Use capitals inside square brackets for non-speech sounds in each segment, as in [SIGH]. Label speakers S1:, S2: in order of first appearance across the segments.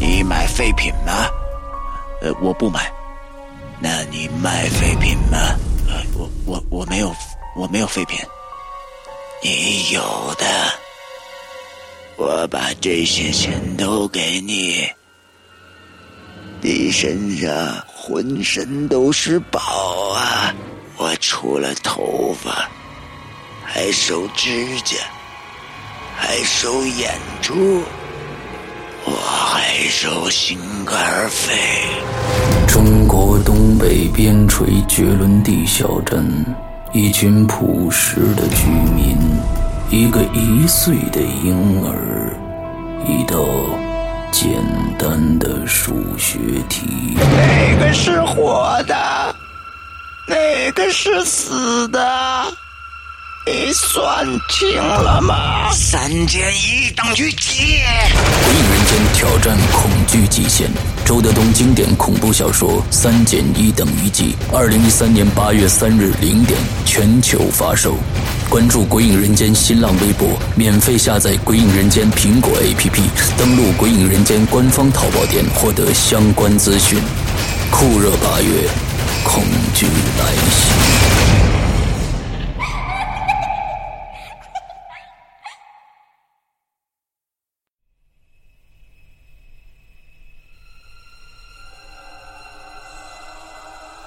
S1: 你买废品吗？呃，我不买。那你卖废品吗？呃，我我我没有，我没有废品。你有的，我把这些钱都给你。你身上浑身都是宝啊！我除了头发，还收指甲，还收眼珠，我还收心肝肺。
S2: 中国东北边陲觉伦地小镇，一群朴实的居民，一个一岁的婴儿，一道简单的数学题。
S1: 哪个是活的？哪个是死的？你算清了吗？三减一等于几？
S2: 一人间挑战恐惧极限。周德东经典恐怖小说《三减一等于几》，二零一三年八月三日零点全球发售。关注《鬼影人间》新浪微博，免费下载《鬼影人间》苹果 APP，登录《鬼影人间》官方淘宝店获得相关资讯。酷热八月，恐惧来袭。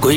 S2: 鬼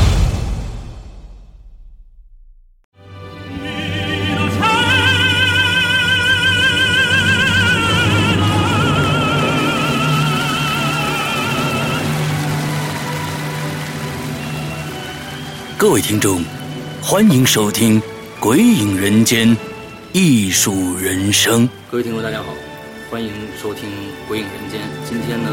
S2: 各位听众，欢迎收听《鬼影人间·艺术人生》。
S3: 各位听众，大家好，欢迎收听《鬼影人间》。今天呢，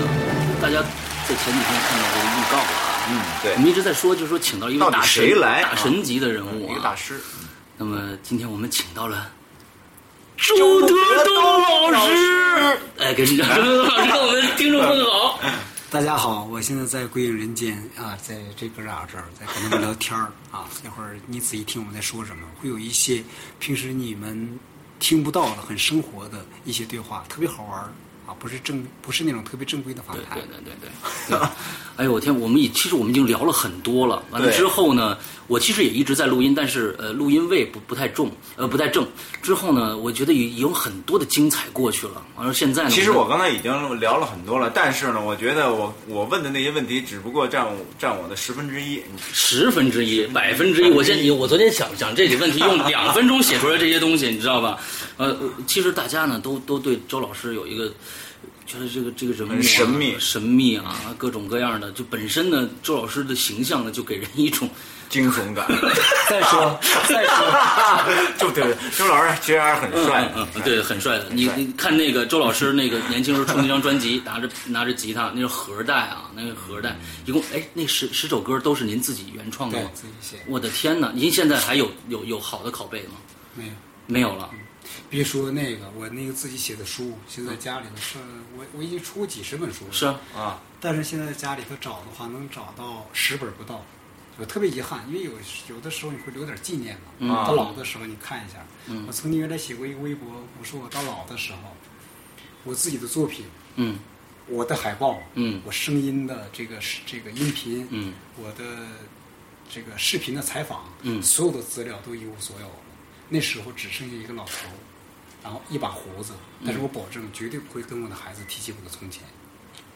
S3: 大家在前几天看到这个预告了啊，嗯，
S4: 对
S3: 我们一直在说，就说请到一位
S4: 到底
S3: 大神
S4: 谁来
S3: 大神级的人物
S4: 一个
S3: 啊。
S4: 大师，
S3: 那么今天我们请到了周德东老师，哎， [LAUGHS] 跟周德东老师跟我们听众问好。
S5: 大家好，我现在在《归隐人间》啊，在这哥俩这儿在跟他们聊天儿啊。一会儿你仔细听我们在说什么，会有一些平时你们听不到的、很生活的一些对话，特别好玩儿啊，不是正不是那种特别正规的访
S3: 对
S5: 谈
S3: 对。对对对。哎呦我天，我们已其实我们已经聊了很多了。完了
S4: 对
S3: 之后呢，我其实也一直在录音，但是呃，录音位不不太重，呃不太正。之后呢，我觉得已已有很多的精彩过去了。完了现在呢，
S4: 其实
S3: 我
S4: 我刚才已经聊了很多了，但是呢，我觉得我我问的那些问题只不过占我占我的十分之一。
S3: 十分之一、百分之一，我现在我昨天想想这几个问题，用两分钟写出来这些东西，你知道吧？呃，其实大家呢都都对周老师有一个。觉得这个这个人物、啊、
S4: 很神秘
S3: 神秘啊，各种各样的，就本身呢，周老师的形象呢，就给人一种
S4: 惊悚
S3: [LAUGHS]
S4: 感，
S5: 再说，再说，
S4: [LAUGHS] 就对，周老师其实还是很帅的，
S3: 嗯嗯，
S4: 很帅
S3: 对，很帅的。你
S4: 帅
S3: 你看那个周老师，那个年轻时候出那张专辑，拿着拿着吉他，那是盒带啊，那个盒带，一共哎，那十十首歌都是您自己原创的
S5: 对
S3: 吗？
S5: 自己写
S3: 我的天哪！您现在还有有有好的拷贝吗？
S5: 没有。
S3: 没有了。
S5: 别说那个，我那个自己写的书，现在家里头是，我我已经出过几十本书了。
S3: 是啊，
S4: 啊，
S5: 但是现在家里头找的话，能找到十本不到，我特别遗憾，因为有有的时候你会留点纪念
S3: 嗯
S5: 嘛。到老的时候你看一下，我曾经原来写过一个微博，我说我到老的时候，我自己的作品，
S3: 嗯
S5: 我的海报，
S3: 嗯
S5: 我声音的这个是这个音频，
S3: 嗯，
S5: 我的这个视频的采访，
S3: 嗯
S5: 所有的资料都一无所有了。那时候只剩下一个老头，然后一把胡子，但是我保证绝对不会跟我的孩子提起我的从前，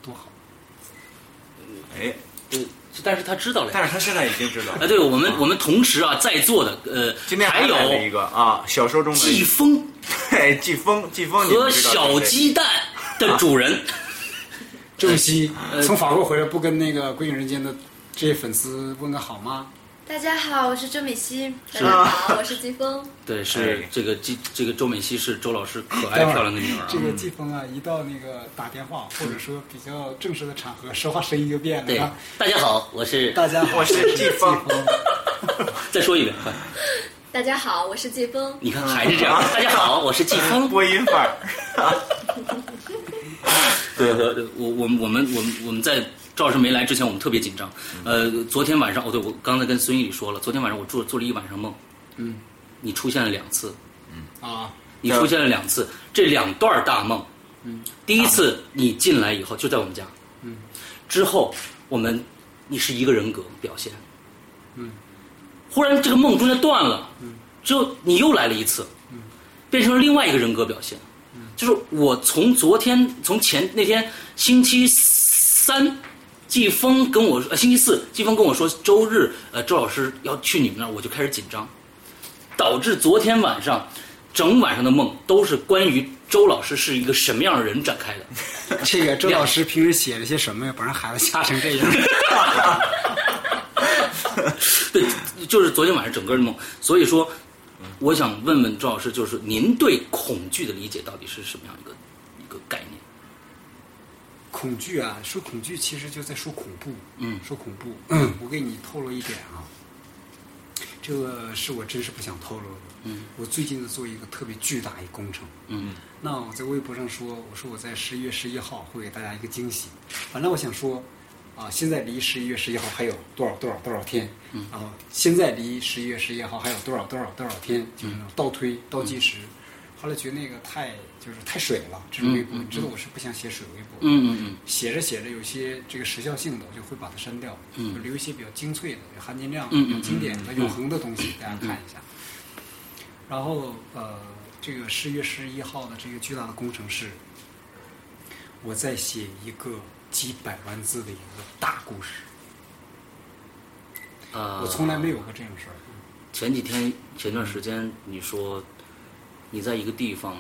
S5: 多好。
S4: 哎，
S3: 呃，但是他知道了呀。
S4: 但是他现在已经知道
S3: 哎，
S4: 了。
S3: 对我们我们同时啊，在座的呃，
S4: 今天
S3: 还有
S4: 来了一个啊，小说中的 [LAUGHS]
S3: 季风
S4: 对季风，季风你
S3: 和
S4: 们知道
S3: 小
S4: 是谁
S3: 鸡蛋的主人，
S5: 郑希
S3: 呃
S5: 呃从法国回来，不跟那个《归隐人间》的这些粉丝问个好吗？
S6: 大家好，我是周美希。大家好，我是季风。
S3: [LAUGHS] 对，是
S4: 哎
S3: 这个季这个周美熙是周老师可爱
S5: 待会儿
S3: 漂亮的女儿啊。
S5: 这个季风啊，一到那个打电话或者说比较正式的场合，说话声音就变
S3: 对
S5: 了。啊。，
S3: 大家好，我是
S5: 大家好，
S4: 我是季风
S3: 再说
S5: [LAUGHS]
S3: 一遍，快
S6: 大家好，我是季风。
S3: 你看还
S5: [LAUGHS]
S3: 是这样。大家好，我是季风。
S4: 播音范儿。
S3: 对，和呃我我们我们我们我们在赵老师没来之前，我们特别紧张。呃，昨天晚上哦，对我刚才跟孙毅说了，昨天晚上我做做了一晚上梦。
S5: 嗯，
S3: 你出现了两次，
S5: 啊，
S3: 你出现了两次，这两段大梦。嗯，第一次你进来以后就在我们家。
S5: 嗯，
S3: 之后我们你是一个人格表现。
S5: 嗯，
S3: 忽然这个梦中间断了。嗯，之后你又来了一次。嗯，变成了另外一个人格表现。嗯，就是我从昨天从前那天星期三。季风跟我说，呃，星期四，季风跟我说周日，呃，周老师要去你们那儿，我就开始紧张。导致昨天晚上整晚上的梦都是关于周老师是一个什么样的人展 [LAUGHS] 开的。
S5: 这个周老师平时写了些什么呀？把人孩子吓成这样。 [LAUGHS]
S3: 对，就是昨天晚上整个的梦。所以说，我想问问周老师，就是您对恐惧的理解到底是什么样一个一个概念？
S5: 恐惧啊，说恐惧其实就在说恐怖。
S3: 嗯
S5: 说恐怖。嗯，我给你透露一点啊，这个是我真是不想透露的。
S3: 嗯，
S5: 我最近在做一个特别巨大一工程。
S3: 嗯
S5: 那我在微博上说，我说我在十一月十一号会给大家一个惊喜。本来我想说，啊，现在离十一月十一号还有多少多少多少天？嗯，然后现在离十一月十一号还有多少多少多少天？就是那
S3: 嗯
S5: 种倒推、倒计时。后来觉得那个太就是太水了，这种微博，你知道我是不想写水微博。
S3: 嗯嗯嗯，
S5: 写着写着有些这个时效性的，我就会把它删掉，
S3: 嗯
S5: 就留一些比较精粹的、有含金量、
S3: 嗯嗯
S5: 比较经典的、
S3: 嗯嗯嗯
S5: 永恒的东西，大家看一下。然后呃，这个十月十一号的这个巨大的工程是，我在写一个几百万字的一个大故事，
S3: 啊、
S5: 我从来没有过这种事儿。
S3: 前几天前段时间你说你在一个地方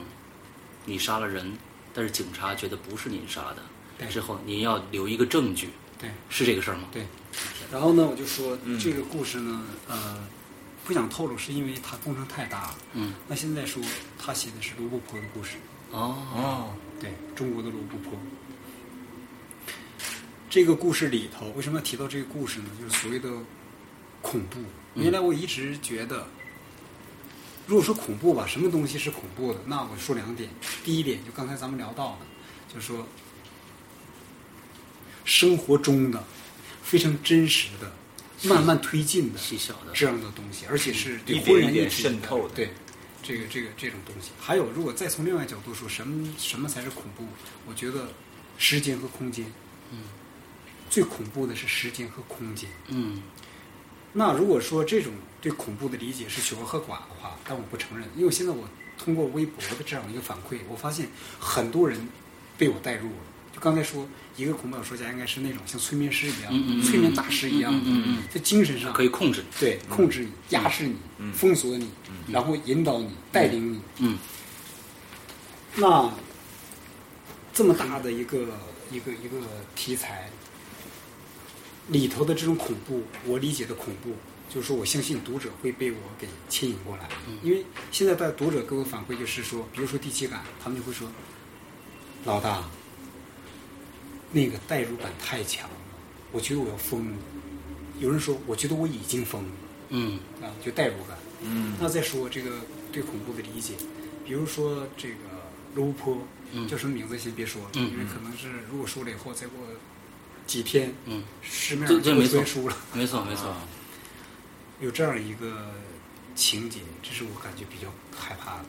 S3: 你杀了人，但是警察觉得不是您杀的，
S5: 对
S3: 之后您要留一个证据，
S5: 对
S3: 是这个事嗯儿吗？
S5: 对，然后呢，我就说这个故事呢，呃，不想透露，是因为它工程太大了。
S3: 嗯，
S5: 那现在说他写的是罗布泊的故事。
S3: [LAUGHS] 哦，
S4: 哦，
S5: 对中国的罗布泊。这个故事里头，为什么要提到这个故事呢？就是所谓的恐怖。
S3: 嗯
S5: 原来我一直觉得，如果说恐怖吧，什么东西是恐怖的？那我说两点。第一点，就刚才咱们聊到的，就是说生活中的非常真实的、慢慢推进的、
S3: 细小的
S5: 这样的东西，而且是对
S4: 一点
S5: 浑然
S4: 一点
S5: 一体
S4: 渗透的
S5: 对，这个这个这种东西。还有，如果再从另外角度说，什么什么才是恐怖？我觉得时间和空间，嗯，最恐怖的是时间和空间。
S3: 嗯
S5: 那如果说这种对恐怖的理解是求而和寡的话，但我不承认，因为现在我通过微博的这样一个反馈，我发现很多人被我带入了。就刚才说，一个恐怖小说家应该是那种像催眠师一样，
S3: 嗯嗯嗯
S5: 催眠大师一样的，
S3: 嗯嗯嗯嗯
S5: 在精神上
S3: 可以控制。
S5: 对，控制你、压制你、封锁你，然后引导你、带领你。
S3: 嗯
S5: 那这么大的一个一个一个题材里头的这种恐怖，我理解的恐怖，就是说我相信读者会被我给牵引过来，因为现在的读者给我反馈就是说，比如说第七感，他们就会说，老大，那个代入感太强了，我觉得我要疯了。有人说，我觉得我已经疯了。
S3: 嗯
S5: 啊，就代入感。嗯，那再说这个对恐怖的理解，比如说这个罗布泊，叫什么名字先别说了，
S3: 嗯
S5: 因为可能是如果说了以后，再过几天，
S3: 嗯，
S5: 市面
S3: 这
S5: 上
S3: 这
S5: 就
S3: 没
S5: 会
S3: 错
S5: 堆书了。
S3: 嗯没错没错。
S5: 有这样一个情节，这是我感觉比较害怕的。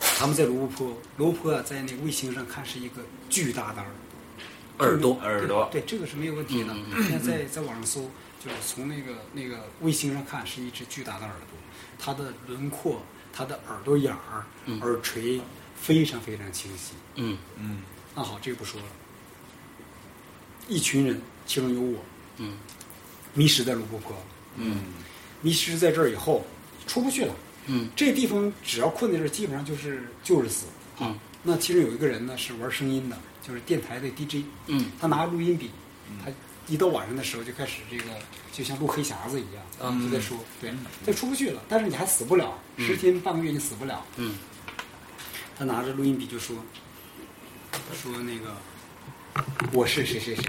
S5: 他们在罗布泊，罗布泊啊，在那个卫星上看是一个巨大的耳朵，
S3: 耳朵
S4: 耳朵
S5: 对，对这个是没有问题的。现在在在网上搜，就是从那个那个卫星上看是一只巨大的耳朵，它的轮廓、它的耳朵眼儿、耳垂非常非常清晰。
S3: 嗯
S4: 嗯，
S5: 那好，这个不说了。一群人其中有我
S3: 嗯
S5: 迷失在卢布泊，
S3: 嗯
S5: 迷失在这儿以后出不去了。
S3: 嗯
S5: 这地方只要困在这儿，基本上就是就是死。
S3: 嗯
S5: 那其中有一个人呢是玩声音的，就是电台的 DJ，
S3: 嗯
S5: 他拿录音笔，他一到晚上的时候就开始这个，就像录黑匣子一样，
S3: 嗯
S5: 就在说，对，他出不去了，但是你还死不了，十天半个月你死不了。
S3: 嗯
S5: 他拿着录音笔就说，说那个我是谁谁谁，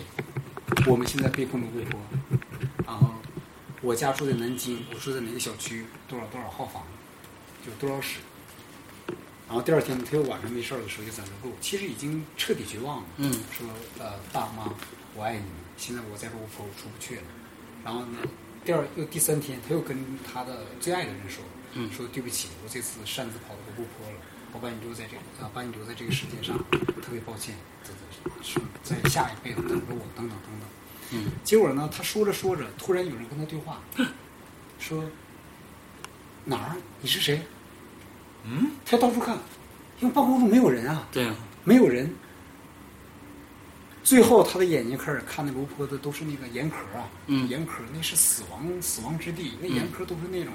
S5: 我们现在被困的微波，然后我家住在南京，我住在哪个小区，多少多少号房，有多少室。然后第二天他又晚上没事儿的时候就在那录，其实已经彻底绝望了。
S3: 嗯
S5: 说呃大妈，我爱你们，现在我在卢浮我出不去了。然后呢，第二又第三天他又跟他的最爱的人说，
S3: 嗯
S5: 说对不起，我这次擅自跑到卢浮坡了，我把你留在这个啊把你留在这个世界上，特别抱歉，在是在下一辈子等着我，等等等等。
S3: 嗯
S5: 结果呢，他说着说着，突然有人跟他对
S3: [LAUGHS]
S5: 话，说哪儿？啊你是谁？嗯，他到处看，因为办公室没有人啊，
S3: 对啊，
S5: 没有人。最后，他的眼睛开始看那罗坡的都是那个岩壳啊，
S3: 嗯
S5: 岩壳那是死亡死亡之地，那岩壳都是那种，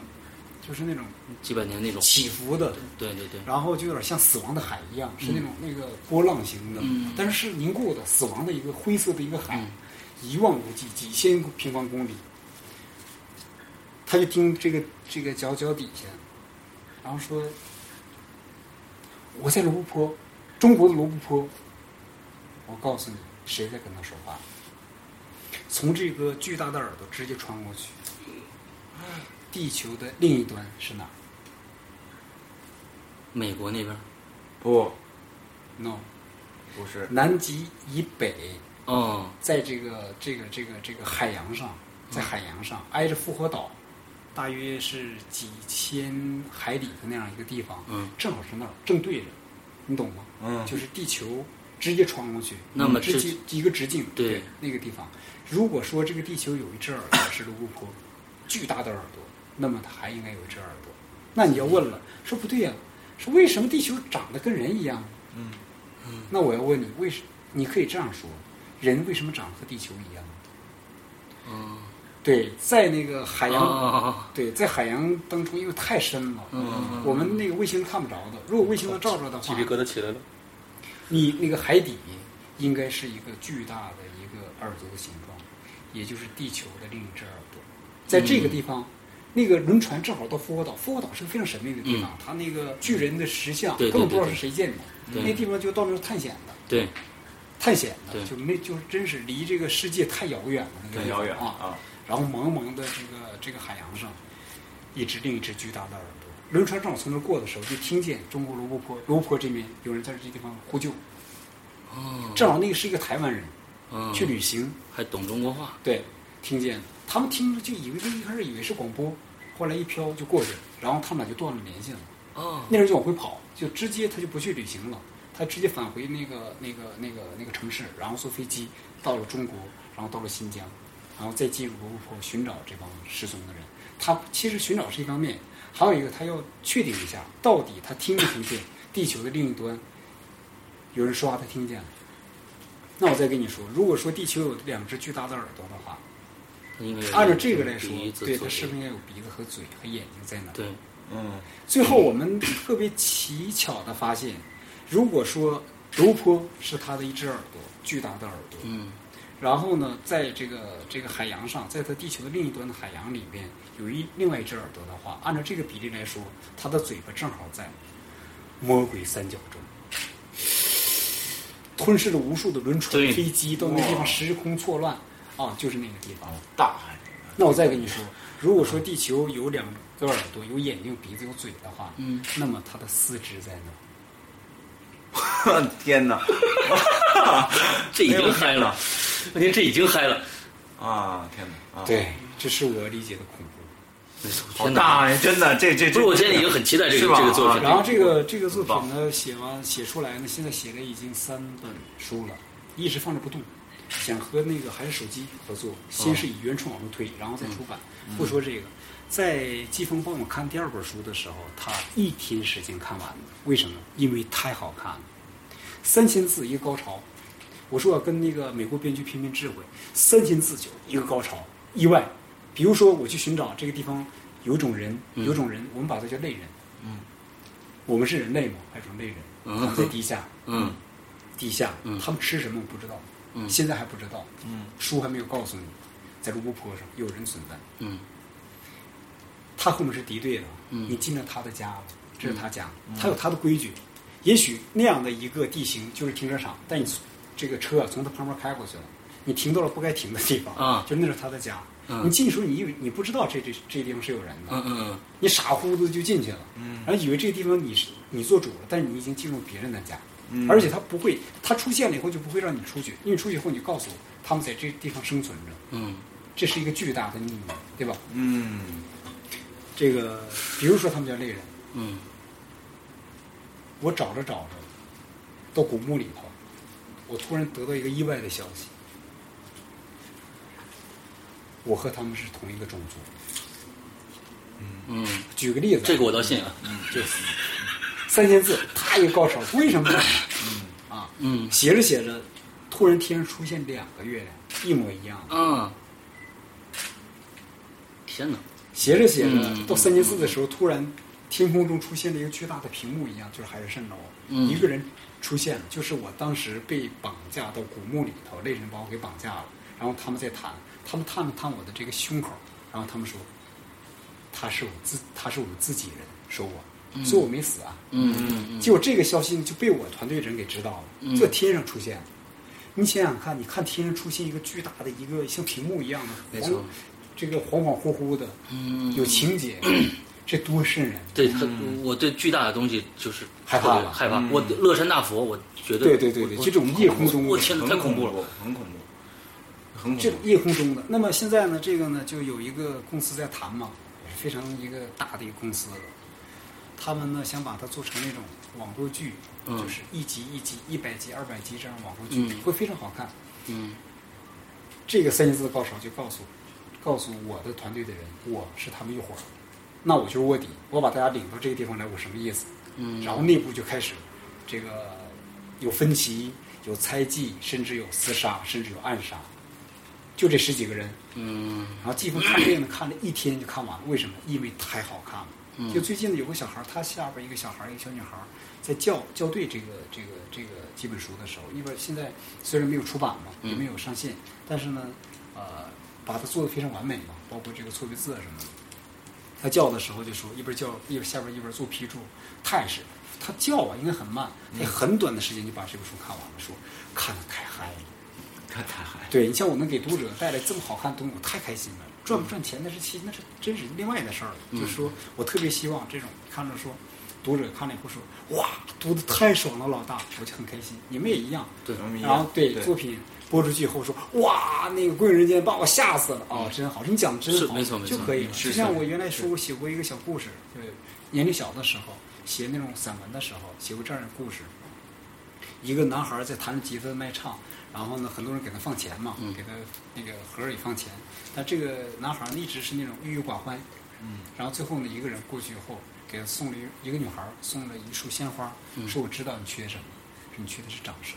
S5: 就是那种
S3: 几百年那种，
S5: 起伏的，
S3: 对对对，
S5: 然后就有点像死亡的海一样，是那种那个波浪形的，
S3: 嗯
S5: 但是是凝固的，死亡的一个灰色的一个海，
S3: 嗯
S5: 一望无际，几千平方公里。他就听这个这个脚脚底下，然后说：“我在罗布泊，中国的罗布泊。”我告诉你，谁在跟他说话？从这个巨大的耳朵直接穿过去，地球的另一端是哪儿
S3: 美国那边，
S4: 不，
S5: ？No，
S4: 不是，
S5: 南极以北，
S3: 哦，
S5: 在这个这个这个这个海洋上，
S3: 嗯
S5: 在海洋上挨着复活岛，大约是几千海里的那样一个地方，
S3: 嗯
S5: 正好是那儿，正对着，你懂吗？
S4: 嗯
S5: 就是地球直接穿过去，
S3: 那么
S5: 直
S3: 这
S5: 接一个直径，
S3: 对
S5: 那个地方。如果说这个地球有一只耳朵是卢布泊，巨大的耳朵，那么它还应该有一只耳朵。那你要问了，说不对呀、说为什么地球长得跟人一样？
S4: 嗯
S5: 那我要问你，为什你可以这样说，人为什么长得和地球一样？
S4: 嗯
S3: 哦，
S5: 对，在那个海洋，
S4: 啊
S3: 哦，
S5: 对，在海洋当中，因为太深了，
S3: 嗯
S5: 我们那个卫星看不着的。如果卫星能照着的
S7: 鸡
S5: 话，
S7: 皮疙瘩起来了。
S5: 你那个海底应该是一个巨大的一个耳朵的形状，也就是地球的另一只耳朵。在这个地方，那个轮船正好到复活岛，复活岛是个非常神秘的地方，
S7: 嗯
S5: 它那个巨人的石像
S3: 对对
S5: 根本不知道
S3: 对
S5: 是谁建的，
S3: 对
S5: 那地方就到那儿探险的。
S3: 对，
S5: 探险的，
S3: 对
S5: 就没就是真是离这个世界太遥远了，那个
S4: 太遥远了
S5: 啊
S4: 啊！
S5: 然后茫茫的这个这个海洋上，一只另一只巨大的耳朵，轮船正好从那儿过的时候，就听见中国罗布泊罗布泊这边有人在这地方呼救，
S3: 哦，
S5: 正好那个是一个台湾人
S3: 嗯
S5: 去旅行，
S3: 还懂中国话，
S5: 对，听见他们听着就以为就一开始以为是广播，后来一飘就过去了，然后他们俩就断了联系了。
S3: 哦，
S5: 那人就往回跑，就直接他就不去旅行了，他直接返回那个那个那个那个城市，然后坐飞机到了中国，然后到了新疆，然后再进入罗布泊寻找这帮失踪的人。他其实寻找是一方面，还有一个他要确定一下，到底他听没听见地球的另一端有人说话，他听见了。那我再跟你说，如果说地球有两只巨大的耳朵的话，
S3: 应该有
S5: 按照这个来说
S3: 鼻，子
S5: 对
S3: 左
S5: 它是
S3: 右
S5: 不是应该有鼻子和嘴和眼睛在哪儿？
S3: 对，
S4: 嗯
S5: 最后我们特别奇巧的发现，如果说卢坡是他的一只耳朵，巨大的耳朵，
S3: 嗯
S5: 然后呢，在这个这个海洋上，在它地球的另一端的海洋里边，有一另外一只耳朵的话，按照这个比例来说，它的嘴巴正好在魔鬼三角洲，吞噬了无数的轮船、
S3: 对
S5: 飞机，到那地方时空错乱啊，就是那个地方。
S4: 大海，
S5: 那我再跟你说，如果说地球有两个耳朵、有眼睛、有鼻子、有嘴的话，
S3: 嗯，
S5: 那么它的四肢在哪？
S4: [LAUGHS] 天哪
S3: 这已经
S5: [LAUGHS]
S3: 嗨了，问题这已经嗨了，
S4: 啊天哪啊！，
S5: 对，这是我理解的恐怖。
S4: 好
S3: 哎天哪！
S4: 大呀，真的，这这
S3: 不
S4: 这，
S3: 是，我现在已经很期待这
S4: 是
S3: 个
S4: 吧
S3: 这个作
S4: 啊
S3: 品，
S5: 啊然后这个这个作品呢，写完写出来呢，现在写了已经三本书了，一直放着不动。想和那个还是手机合作，先是以原创网络推，然后再出版。不说这个，在季风帮我看第二本书的时候，他一天时间看完的。为什么？因为太好看了，三千字一个高潮。我说我跟那个美国编剧拼拼智慧，三天自救一个高潮，意外。比如说，我去寻找这个地方有种人，有种人，我们把它叫类人。
S3: 嗯，
S5: 我们是人类吗？还是种类人？
S3: 嗯
S5: 他们在地下，
S3: 嗯
S5: 地下，
S3: 嗯
S5: 他们吃什么我不知道，
S3: 嗯
S5: 现在还不知道，
S4: 嗯，
S5: 书还没有告诉你，在罗布泊上有人存在，
S3: 嗯
S5: 他和我们是敌对的，
S3: 嗯
S5: 你进了他的家了，这是他家，他有他的规矩，也许那样的一个地形就是停车场，但你从这个车啊从他旁边开过去了，你停到了不该停的地方，
S3: 啊
S5: 就那是他的家，
S3: 嗯
S5: 你进的时候你以为你不知道这这这地方是有人的，
S3: 嗯嗯
S5: 你傻乎乎的就进去了，然后以为这个地方你是你做主了，但是你已经进入别人的家，
S3: 嗯
S5: 而且他不会，他出现了以后就不会让你出去，因为出去以后你就告诉我他们在这地方生存着，
S3: 嗯
S5: 这是一个巨大的秘密，对吧？
S4: 嗯，
S5: 这个比如说他们叫类人，
S3: 嗯
S5: 我找着找着，到古墓里头，我突然得到一个意外的消息，我和他们是同一个种族。
S3: 嗯，
S5: 举个例子啊，
S3: 这个我倒信啊。
S5: 三千字，啪一个高潮，为什么呢？啊，
S3: 嗯
S5: 写着写着，突然天上出现两个月亮，一模一样的。
S3: 啊，天哪！
S5: 写着写着
S3: 嗯，
S5: 到三千四的时候，突然天空中出现了一个巨大的屏幕一样，就是海市蜃楼，
S3: 嗯
S5: 一个人出现了，就是我当时被绑架到古墓里头，那人把我给绑架了，然后他们在谈，他们探了探我的这个胸口，然后他们说他是我自他是我们自己人，说我，所以我没死啊，
S3: 嗯嗯嗯
S5: 结果这个消息呢就被我团队人给知道了，
S3: 嗯
S5: 就在天上出现了。你想想看，你看天上出现一个巨大的一个像屏幕一样
S3: 没
S5: 的，
S3: 错
S5: 黄，这个恍恍惚惚的，
S3: 嗯，
S5: 有情节，这多瘆人！
S3: 对他，我对巨大的东西就是
S5: 嗯害怕
S3: 特别
S5: 吧
S3: 害怕。我乐山大佛，我绝
S5: 对
S3: 对
S5: 对对对，
S3: 我
S5: 这种夜空中
S3: 我
S5: 的，
S3: 天哪，太
S4: 很
S3: 恐
S4: 恐
S3: 怖了！
S4: 怖，很恐怖，很
S5: 这
S4: 恐
S5: 种
S4: 怖。
S5: 夜空中的。那么现在呢，这个呢，就有一个公司在谈嘛，也是非常一个大的一个公司了，他们呢想把它做成那种网络剧，
S3: 嗯
S5: 就是一集一集、一百集、二百集这样网络剧
S3: 嗯，
S5: 会非常好看。
S3: 嗯
S5: 这个三千字的高潮就告诉告诉我的团队的人，我是他们一伙儿，那我就是卧底，我把大家领到这个地方来，我什么意思？
S3: 嗯
S5: 然后内部就开始这个有分歧、有猜忌，甚至有厮杀，甚至有暗杀。就这十几个人，
S3: 嗯
S5: 然后季风看这个呢，看了一天就看完了。为什么？因为太好看了。就最近呢，有个小孩儿，他下边一个小孩儿，一个小女孩儿，在校校对这个这个这个几本书的时候，因为现在虽然没有出版嘛，也没有上线，但是呢，呃，把它做得非常完美嘛，包括这个错别字啊什么的。他叫的时候就说一边叫一边下边一边做批注，态势。他叫啊，应该很慢，他很短的时间就把这本书看完了，说看得太嗨了。
S4: 他他还
S5: 对你像我能给读者带来这么好看的东西，我太开心了。赚不赚钱那是其那是真是另外的事儿了。
S4: 嗯
S5: 就是说我特别希望这种看着说，读者看了以后说哇读的太爽了，老大，我就很开心。你们也一样。
S3: 对
S4: 我们一样
S5: 然后对
S4: 对
S5: 作品播出去以后说哇那个《贵人间》把我吓死了哦，真好，你讲的真
S3: 是
S5: 好，
S3: 没错没错
S5: 就可以了。
S4: 是
S5: 就像
S4: 是
S5: 我原来说我写过一个小故事，对，年龄小的时候写那种散文的时候写过这样的故事，一个男孩在弹着吉他卖唱，然后呢，很多人给他放钱嘛，
S3: 嗯
S5: 给他那个盒里放钱，但这个男孩呢一直是那种郁郁寡欢，嗯，然后最后呢，一个人过去以后，给他送了一一个女孩送了一束鲜花，
S3: 嗯
S5: 说我知道你缺什么，你缺的是掌声，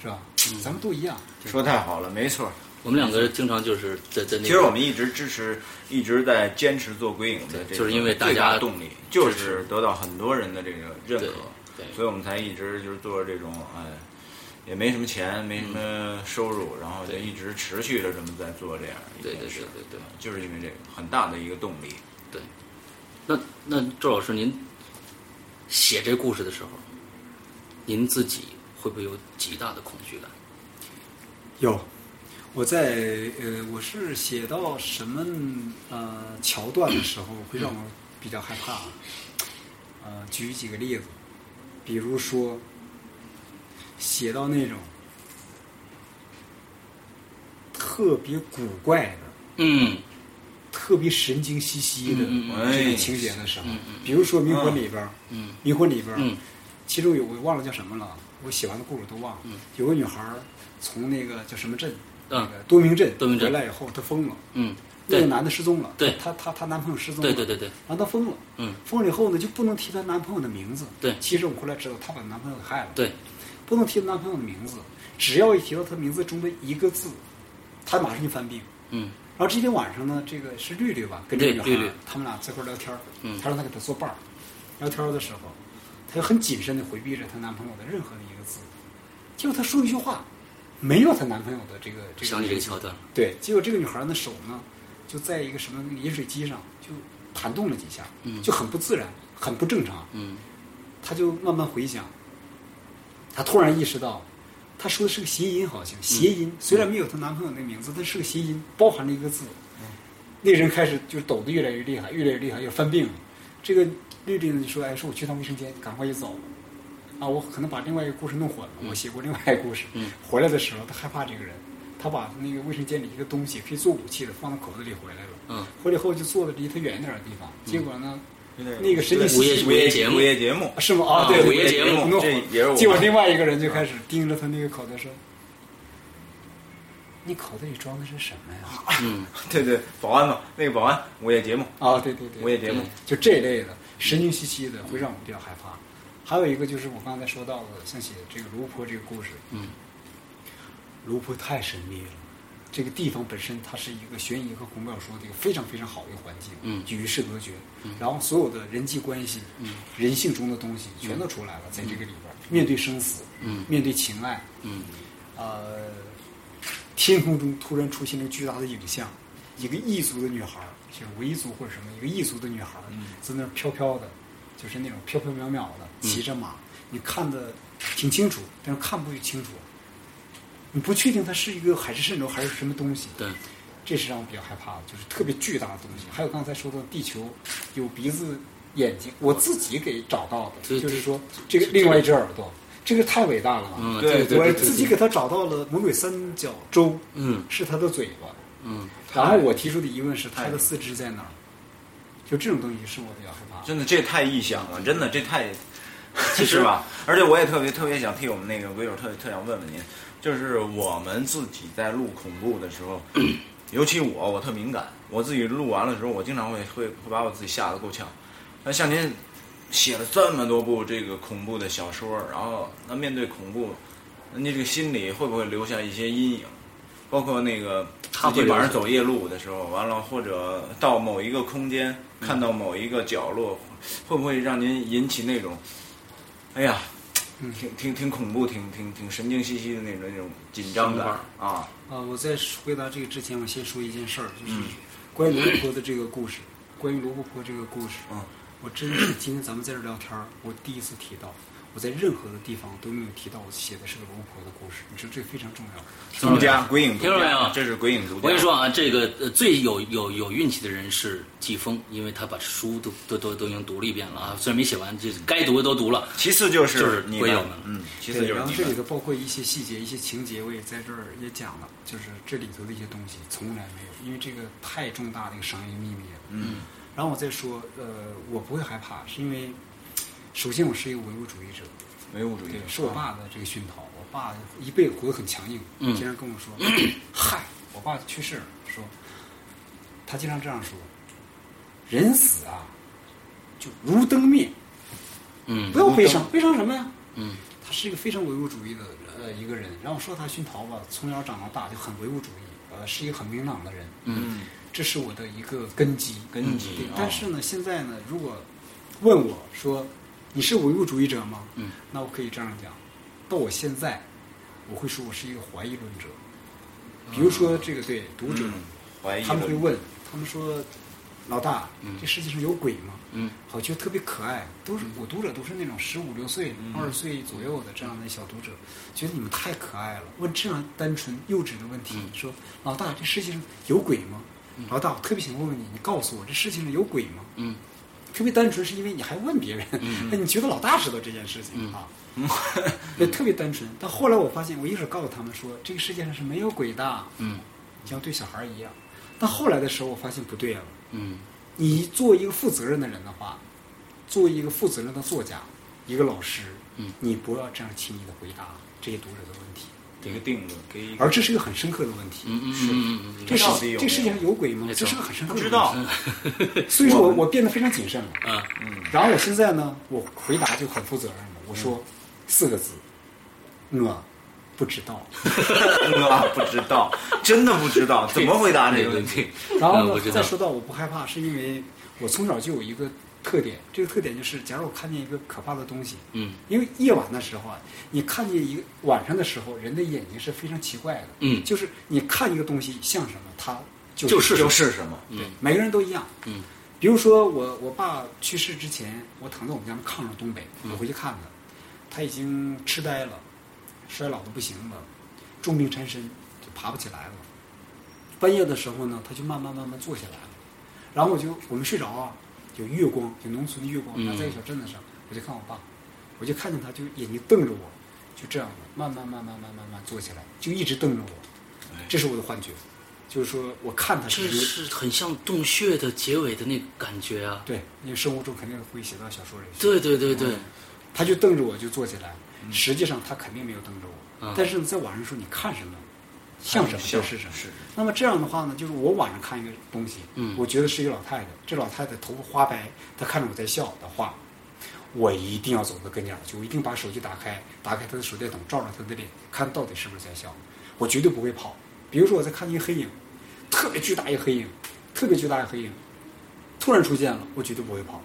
S5: 是吧？
S3: 嗯
S5: 咱们都一样，
S4: 说太好了，没错。
S3: 我们两个经常就是在在那
S4: 其
S3: 个。
S4: 实我们一直支持，一直在坚持做鬼影的
S3: 对
S4: 这个
S3: 就是因为大家
S4: 最大动力就是得到很多人的这个认
S3: 对对
S4: 可，所以我们才一直就是做这种哎，也没什么钱，没什么收入，然后就
S3: 对
S4: 一直持续的这么在做这样一
S3: 对
S4: 件
S3: 对对
S4: 事，
S3: 对对
S4: 就是因为这个很大的一个动力。
S3: 对。那那周老师，您写这故事的时候，您自己会不会有极大的恐惧感？
S5: 有，我在呃，我是写到什么呃桥段的时候，会让我比较害怕。呃，举几个例子，比如说，写到那种特别古怪的、
S3: 嗯
S5: 特别神经兮兮的
S3: 嗯
S4: 嗯
S5: 这
S4: 哎
S5: 种情节的时候，比如说《迷魂》里边儿，
S3: 嗯
S5: 迷魂》里边儿，
S3: 嗯
S5: 其中有我忘了叫什么了，我写完的故事都忘
S3: 嗯
S5: 了。有个女孩儿从那个叫什么镇，那个多明镇
S3: 多嗯明镇
S5: 回来以后，她疯了。
S3: 嗯，
S5: 那个
S3: 对
S5: 男的失踪了，
S3: 对
S5: 她她她男朋友失踪了，
S3: 对对对对，
S5: 然后她疯了，
S3: 嗯
S5: 疯了以后呢，就不能提她男朋友的名字，
S3: 对
S5: 其实我们后来知道，她把男朋友给害了，
S3: 对，
S5: 不能提到男朋友的名字，只要一提到他名字中的一个字，他马上就犯病。
S3: 嗯
S5: 然后这天晚上呢，这个是绿绿吧，跟这个
S3: 对
S5: 女孩
S3: 绿绿
S5: 他们俩在一块儿聊天儿
S3: 嗯
S5: 她让他给她做伴儿。聊天儿的时候，她就很谨慎的回避着她男朋友的任何的一个字，结果她说一句话，没有她男朋友的这个这个。
S3: 想起这个桥段了，
S5: 对，结果这个女孩儿的手呢，就在一个什么饮水机上就弹动了几下，
S3: 嗯
S5: 就很不自然，很不正常。
S3: 嗯
S5: 她就慢慢回想，她突然意识到，她说的是个谐音，好
S3: 嗯
S5: 像谐音。虽然没有她男朋友那名字，但是个谐音，包含了一个字。那个人开始就抖得越来越厉害，越来越厉害，要犯病了。这个绿绿呢就说：“哎，说我去趟卫生间，赶快就走。”啊，我可能把另外一个故事弄混了，我写过另外一个故事。
S3: 嗯
S5: 回来的时候，他害怕这个人，他把那个卫生间里一个东西可以做武器的放到口子里回来了。
S3: 嗯，
S5: 回来以后就坐的离他远一点的地方，结果呢，
S4: 那
S5: 那个神经
S3: 午夜
S5: 兮
S3: 午夜节目
S4: 午夜节目 [LAUGHS]
S5: 啊，是吗？啊，
S3: 啊
S5: 对，
S3: 午夜节
S4: 目
S5: 弄
S4: 这也是我啊
S5: 结果另外一个人就开始盯着他那个口袋说：“你口袋里装的是什么呀
S3: 嗯，
S4: 对对，保安嘛，那个保安午夜节目，？”
S5: 啊，对对对，
S4: 午夜节目，
S5: 就这一类的神经兮兮的，会让我们比较害怕。还有一个就是我刚才说到的，像写这个卢坡这个故事，
S3: 嗯，
S5: 卢坡太神秘了。这个地方本身它是一个悬疑和恐怖小说的一个非常非常好的一个环境，
S3: 嗯
S5: 与世隔绝，然后所有的人际关系，嗯，人性中的东西全都出来了，在这个里边儿，面对生死，
S3: 嗯
S5: 面对情爱，
S3: 嗯，
S5: 呃，天空中突然出现了巨大的影像，一个异族的女孩儿，就是维族或者什么一个异族的女孩儿，在那儿飘飘的，就是那种飘飘渺渺的，骑着马，你看的挺清楚，但是看不清楚，你不确定它是一个海市蜃楼还是什么东西。
S3: 对，
S5: 这是让我比较害怕的，就是特别巨大的东西。还有刚才说的地球有鼻子、眼睛，我自己给找到的，
S3: 对
S5: 就是
S3: 对
S5: 说这个另外一只耳朵，这个太伟大了吧？
S3: 嗯
S4: 对对
S5: 我自己给他找到了魔鬼三角洲，
S3: 嗯
S5: 是他的嘴巴。
S3: 嗯，
S5: 然后我提出的疑问是，他
S4: 太
S5: 的四肢在哪儿？就这种东西是我比较害怕的。
S4: 真的这太异想了，真的这太，是吧？而且我也特别特别想替我们那个微友特特想问问您，就是我们自己在录恐怖的时候，尤其我我特敏感，我自己录完了之后，我经常会会会把我自己吓得够呛。那像您写了这么多部这个恐怖的小说，然后那面对恐怖，那你这个心里会不会留下一些阴影？包括那个
S3: 他
S4: 自
S3: 会
S4: 己晚
S3: 留
S4: 上
S3: 下
S4: 走夜路的时候，完了或者到某一个空间，
S3: 嗯
S4: 看到某一个角落，会不会让您引起那种，哎呀，
S3: 嗯
S4: 挺挺挺恐怖，挺挺挺神经兮兮的那种那种紧张感
S3: 神
S4: 啊？
S5: 啊、我在回答这个之前，我先说一件事儿，就是
S4: 嗯
S5: 关于罗布泊的这个故事，关于罗布泊这个故事，
S4: 嗯
S5: 我真是今天咱们在这儿聊天儿，我第一次提到，我在任何的地方都没有提到我写的是个罗布泊的故事，你说这非常重要。
S4: 独家鬼影独
S3: 听着没
S4: 家
S3: 有，
S4: 这是鬼影独家。
S3: 我跟你说啊，这个呃最有有有运气的人是季风，因为他把书都都都都已经读了一遍了啊，虽然没写完，就是该读的都读了。
S4: 其次就是
S3: 就是
S4: 你
S3: 鬼
S4: 们
S3: 影了，
S4: 嗯，其次
S5: 对，
S4: 就是
S5: 然后
S4: 你
S5: 这里头
S4: 们，
S5: 包括一些细节、一些情节，我也在这儿也讲了，就是这里头的一些东西从来没有，因为这个太重大的一个商业秘密了。
S4: 嗯，
S5: 然后我再说，呃，我不会害怕，是因为首先我是一个唯物主义者，
S4: 唯物主义
S5: 对，受我爸的这个熏陶，我爸一辈子活得很强硬，
S3: 嗯
S5: 经常跟我
S4: [LAUGHS]
S5: 说，嗨，我爸去世了，说他经常这样说，人死啊，就如灯灭，
S3: 嗯
S5: 不要悲伤，悲伤什么呀？
S3: 嗯，
S5: 他是一个非常唯物主义的呃一个人，然后说他熏陶吧，从小长到大就很唯物主义，呃，是一个很明朗的人，
S4: 嗯，
S5: 这是我的一个根基。
S4: 根基
S5: 对
S4: 啊，
S5: 但是呢，现在呢，如果问我说你是唯物主义者吗？
S3: 嗯，
S5: 那我可以这样讲，到我现在，我会说我是一个怀疑论者。比如说这个对读者，
S4: 嗯怀疑
S5: 他们会
S4: 论
S5: 问，他们说，老大，这世界上有鬼吗？
S3: 嗯，
S5: 好，觉得特别可爱，都是我读者都是那种十五六岁、二十岁左右的这样的小读者，觉得你们太可爱了，问这样单纯幼稚的问题，说老大，这世界上有鬼吗？老大，我特别想问问你，你告诉我，这世界上有鬼吗？
S3: 嗯，
S5: 特别单纯，是因为你还问别人， [LAUGHS] 那你觉得老大知道这件事情、啊？ [LAUGHS] 对，特别单纯。但后来我发现，我一直告诉他们说，这个世界上是没有鬼的，
S3: 嗯
S5: 像对小孩儿一样。但后来的时候，我发现不对了。
S3: 嗯
S5: 你作为一个负责任的人的话，作为一个负责任的作家，一个老师，
S3: 嗯
S5: 你不要这样轻易的回答这些读者的问题，
S4: 一个定论，给一个
S5: 而这是一个很深刻的问题。
S3: 嗯嗯嗯
S5: 这
S4: 到底
S5: 世
S4: 有
S5: 这世界上有鬼吗
S3: 没？
S5: 这
S3: 错
S5: 是个很深刻
S4: 不
S5: 的
S4: 知
S5: 问
S4: 道
S5: 题。，
S3: [LAUGHS]
S5: 所以说我我变得非常谨慎了。
S3: 嗯啊嗯
S5: 然后我现在呢，我回答就很负责任了，我说四个字：我不知道。
S4: 啊， [LAUGHS] 不知道，真的不知道，怎么回答这个问
S3: 对
S4: 题？
S3: 对对
S5: 然
S3: 嗯
S5: 后
S3: 我
S5: 呢，
S3: 知
S5: 再
S3: 道
S5: 说到我不害怕，是因为我从小就有一个特点，这个特点就是，假如我看见一个可怕的东西，
S3: 嗯
S5: 因为夜晚的时候啊，你看见一个晚上的时候，人的眼睛是非常奇怪的，
S3: 嗯
S5: 就是你看一个东西像什么，它就
S3: 就是什
S4: 就
S3: 么
S4: 是什么？
S5: 对，每个人都一样，
S3: 嗯
S5: 比如说我我爸去世之前，我躺在我们家炕上东北，
S3: 嗯
S5: 我回去看他，他已经痴呆了，衰老的不行了，重病缠身，就爬不起来了。半夜的时候呢，他就慢慢慢慢坐起来了，然后我就我们睡着啊，有月光，有农村的月光，
S3: 嗯
S5: 他在一个小镇子上，我就看我爸，我就看见他就眼睛瞪着我，就这样的慢慢慢慢慢慢慢慢坐起来，就一直瞪着我，这是我的幻觉，就是说我看他
S3: 哎这
S5: 一个
S3: 是很像《洞穴》的结尾的那个感觉啊。
S5: 对，因为生活中肯定会写到小说里去。
S3: 对嗯对对对，
S5: 他就瞪着我就坐起来，实际上他肯定没有瞪着我，
S3: 嗯
S5: 但是呢，在晚上的时候你看什么，
S3: 啊
S5: 像什么
S4: 像
S5: 就是什么。
S4: 是
S5: 那么这样的话呢，就是我晚上看一个东西，
S3: 嗯
S5: 我觉得是一个老太太，这老太太头发花白，她看着我在笑的话，我一定要走到跟前儿去，我一定把手机打开，打开她的手电筒照着她的脸，看到底是不是在笑，我绝对不会跑。比如说我在看一个黑影，特别巨大一个黑影，特别巨大一个黑影，突然出现了，我绝对不会跑，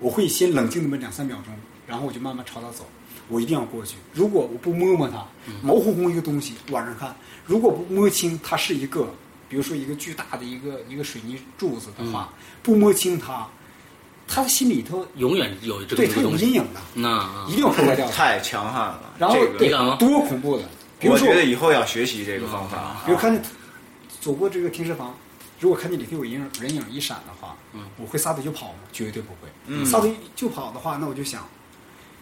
S5: 我会先冷静那么两三秒钟，然后我就慢慢朝他走。我一定要过去。如果我不摸摸它，
S4: 嗯
S5: 毛烘烘一个东西，晚上看，如果不摸清它是一个，比如说一个巨大的一个一个水泥柱子的
S4: 嗯
S5: 话，不摸清它，他的心里头
S3: 永远有这个
S5: 对
S3: 这
S5: 他
S3: 个
S5: 有
S3: 东
S5: 阴
S3: 西。
S5: 影的，
S3: 那啊
S5: 一定要破坏掉它。
S4: 嗯太强悍了。
S5: 然后
S4: 这个
S5: 对
S3: 你敢吗
S5: 多恐怖的，比如
S4: 我
S5: 说嗯
S4: 觉得以后要学习这个方法。啊
S5: 比如看见走过这个停尸房，如果看见里头有人影人影一闪的话，我会撒腿就跑吗？绝对不会。
S4: 嗯
S5: 撒腿就跑的话，那我就想，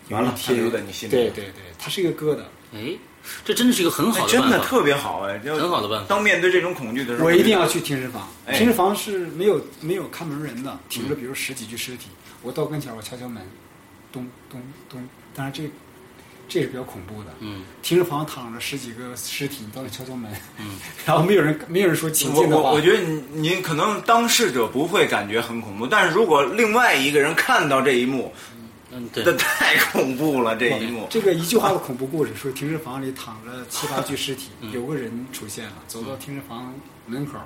S4: 完了
S5: 有一天
S4: 它留在你心里
S5: 对对对，它是一个疙瘩，
S3: 哎，这真的是一个很
S4: 哎
S3: 好的
S4: 真
S3: 办
S4: 的
S3: 法。
S4: 特别好哎，就
S3: 很好的办法
S4: 当面对这种恐惧的时候，
S5: 我一定要去停尸房。
S4: 哎
S5: 停尸房是没有没有看门人的，停着比如十几具尸体，我到跟前儿我敲敲门，咚咚咚，当然这这是比较恐怖的。
S3: 嗯，
S5: 停尸房躺着十几个尸体，你到那敲敲门， [LAUGHS] 然后没有人没有人说请
S4: 我
S5: 进的
S4: 嗯
S5: 话，
S4: 我我觉得您您可能当事者不会感觉很恐怖，但是如果另外一个人看到这一幕，
S3: 嗯，对
S4: 这，太恐怖了这一幕。
S5: 这个一句话的恐怖故事，说停尸房里躺着七八具
S4: [LAUGHS]
S5: 尸体，
S4: 嗯
S5: 有个人出现了，走到停尸房门口，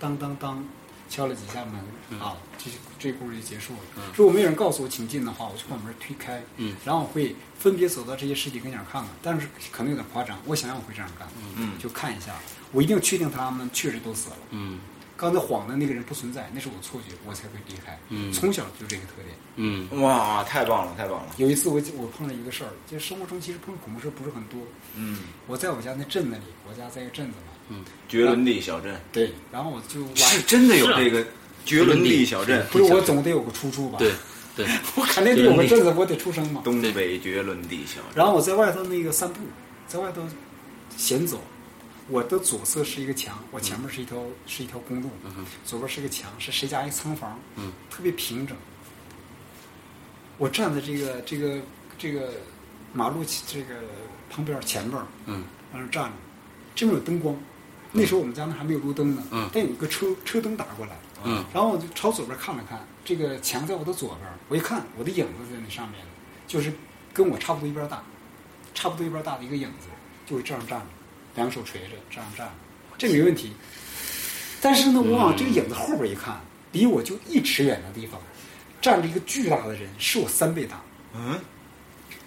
S5: 当当当，敲了几下
S4: 嗯
S5: 门，啊，这这故事就结束了。如果没有人告诉我请进的话，我就把门推开，
S4: 嗯
S5: 然后我会分别走到这些尸体跟前看看，但是可能有点夸张，我想想我会这样干，
S4: 嗯
S5: 就看一下，我一定确定他们确实都死了。
S3: 嗯
S5: 刚才晃的那个人不存在，那是我错觉，我才会离开。
S4: 嗯
S5: 从小就这个特点。
S3: 嗯
S4: 哇，太棒了，太棒了！
S5: 有一次我我碰上一个事儿，就生活中其实碰恐怖事儿不是很多。
S4: 嗯，
S5: 我在我家那镇子里，我家在一个镇子嘛。嗯。
S4: 绝伦地小镇
S5: 对。然后我就是晚，
S4: 真的有
S3: 是啊
S4: 这个绝伦地小镇，哎
S5: 不是我总得有个出处吧？
S3: 对。对，
S5: 我肯定得有个镇子，我得出声嘛。
S4: 东北绝伦地小镇。
S5: 然后我在外头那个散步，在外头闲走，我的左侧是一个墙，我前面是一条、是一条公路，左边是个墙，是谁家一仓房，特别平整。我站在这个这个这个马路起这个旁边前边，嗯，往那站着，这边有灯光。那时候我们家那还没有路灯呢，嗯，但有一个车车灯打过来，嗯，然后我就朝左边看了看，这个墙在我的左边，我一看我的影子在那上面，就是跟我差不多一边大，差不多一边大的一个影子，就会这样站着，两手垂着这样站着，这没问题。但是呢，我往这个影子后边一看，离我就一尺远的地方站着一个巨大的人，是我三倍大，
S4: 嗯，